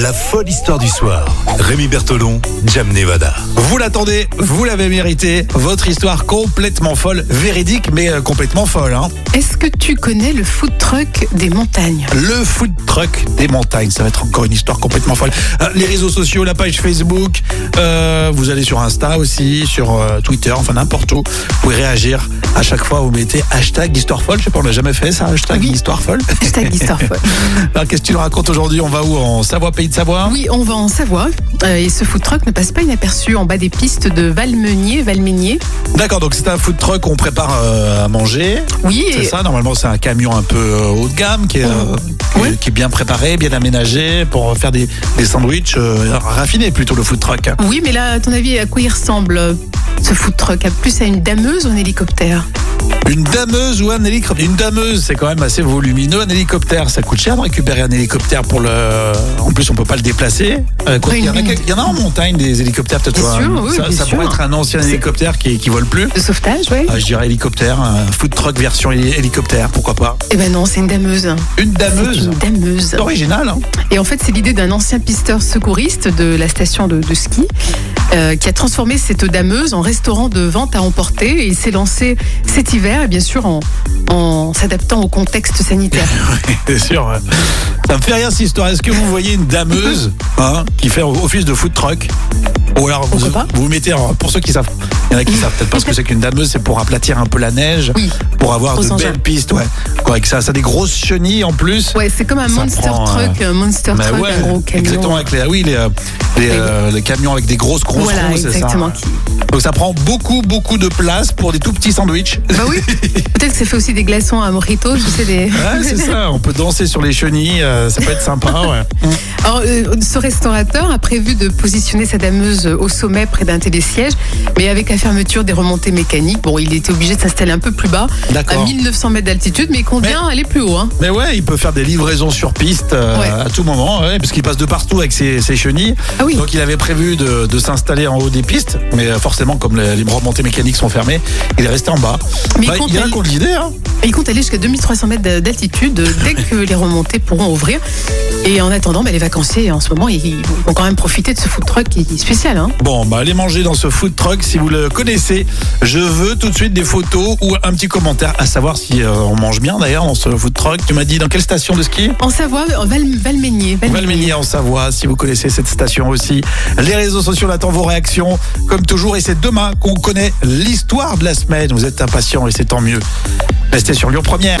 La folle histoire du soir. Rémi Bertolon, Jam Nevada. Vous l'attendez, vous l'avez mérité. Votre histoire complètement folle, véridique, mais euh, complètement folle. hein. Est-ce que tu connais le food truck des montagnes Le food truck des montagnes, ça va être encore une histoire complètement folle. Euh, les réseaux sociaux, la page Facebook, euh, vous allez sur Insta aussi, sur euh, Twitter, enfin n'importe où. Vous pouvez réagir. À chaque fois, vous mettez hashtag histoire folle. Je sais pas, on l'a jamais fait ça, hashtag Oui. histoire folle. Hashtag histoire folle. Alors qu'est-ce que tu nous racontes aujourd'hui On va où En Savoie, pays de Savoie Oui, on va en Savoie. euh, et ce food truck ne passe pas inaperçu en bas des pistes de Valmenier, Valmenier. D'accord, donc c'est un food truck, on prépare euh, à manger. Oui, C'est et- Oh. ça, normalement c'est un camion un peu euh, haut de gamme qui est, euh, qui- Oui. qui est bien préparé, bien aménagé pour faire des, des sandwichs euh, raffinés plutôt le food truck. oui, mais là, à ton avis, à quoi il ressemble euh, ce food truck À Plus à une dameuse ou un hélicoptère Une dameuse ou un hélicoptère Une dameuse c'est quand même assez volumineux, un hélicoptère ça coûte cher de récupérer un hélicoptère pour le... En plus on peut pas le déplacer. Euh, quoi, Oui, il, y en a une- quelques- il y en a en montagne des hélicoptères peut-être. Bien toi, sûr, hein. oui, ça bien ça sûr. pourrait être un ancien C'est- hélicoptère qui, qui vole plus. De sauvetage, oui Ah, je dirais hélicoptère, un food truck version héli- hélicoptère, pourquoi pas. Eh ben non, c'est une dameuse. Une C'est dameuse une dameuse. C'est original, hein. Et en fait, c'est l'idée d'un ancien pisteur secouriste de la station de, de ski euh, qui a transformé cette dameuse en restaurant de vente à emporter. Et il s'est lancé cet hiver, et bien sûr, en, en s'adaptant au contexte sanitaire. C'est sûr. ouais. Ça me fait rien cette histoire. Est-ce que vous voyez une dameuse hein, qui fait office de food truck Ou alors vous, Pourquoi pas vous mettez, alors, pour ceux qui savent, il y en a qui savent peut-être pas ce que c'est qu'une dameuse, c'est pour aplatir un peu la neige, Oui. pour avoir Aux de engins. belles pistes. Ouais. Quoi, avec ça, ça a des grosses chenilles en plus. Ouais, c'est comme un Ça monster prend, euh, truck, un monster Bah truck, ouais, un gros camion. exactement avec les, ah oui, les, euh, les, euh, les camions avec des grosses grosses Voilà, roues, c'est ça. exactement. qui- Donc ça prend beaucoup beaucoup de place pour des tout petits sandwichs. Bah oui. Peut-être que ça fait aussi des glaçons à mojito, je sais des. Ouais, c'est ça, on peut danser sur les chenilles, euh, ça peut être sympa. Ouais. Alors, euh, ce restaurateur a prévu de positionner sa dameuse euh, au sommet près d'un télésiège, mais avec la fermeture des remontées mécaniques, bon, il était obligé de s'installer un peu plus bas, à D'accord. 1900 mètres d'altitude, mais il convient aller plus haut. Hein. Mais ouais, il peut faire des livraisons sur piste euh, Ouais. à tout moment, ouais, parce qu'il passe de partout avec ses, ses chenilles. Ah oui. Donc il avait prévu de, de s'installer en haut des pistes, mais euh, forcément, comme les, les remontées mécaniques sont fermées, il est resté en bas. Mais il Bah, compte il y en a aller- qui ont de l'idée. Hein. Il compte aller jusqu'à 2300 mètres d'a- d'altitude euh, dès que les remontées pourront ouvrir. Et en attendant, bah, les vacanciers, en ce moment, ils vont quand même profiter de ce food truck qui est spécial. Hein. Bon, bah, allez manger dans ce food truck si vous le connaissez. Je veux tout de suite des photos ou un petit commentaire, à savoir si euh, on mange bien d'ailleurs dans ce food truck. Tu m'as dit dans quelle station de ski En Savoie, en Val, Valmeignier. Valménier en Savoie, si vous connaissez cette station aussi. Les réseaux sociaux attendent vos réactions, comme toujours. Et c'est demain qu'on connaît l'histoire de la semaine. Vous êtes impatients et c'est tant mieux. Restez sur Lyon Première.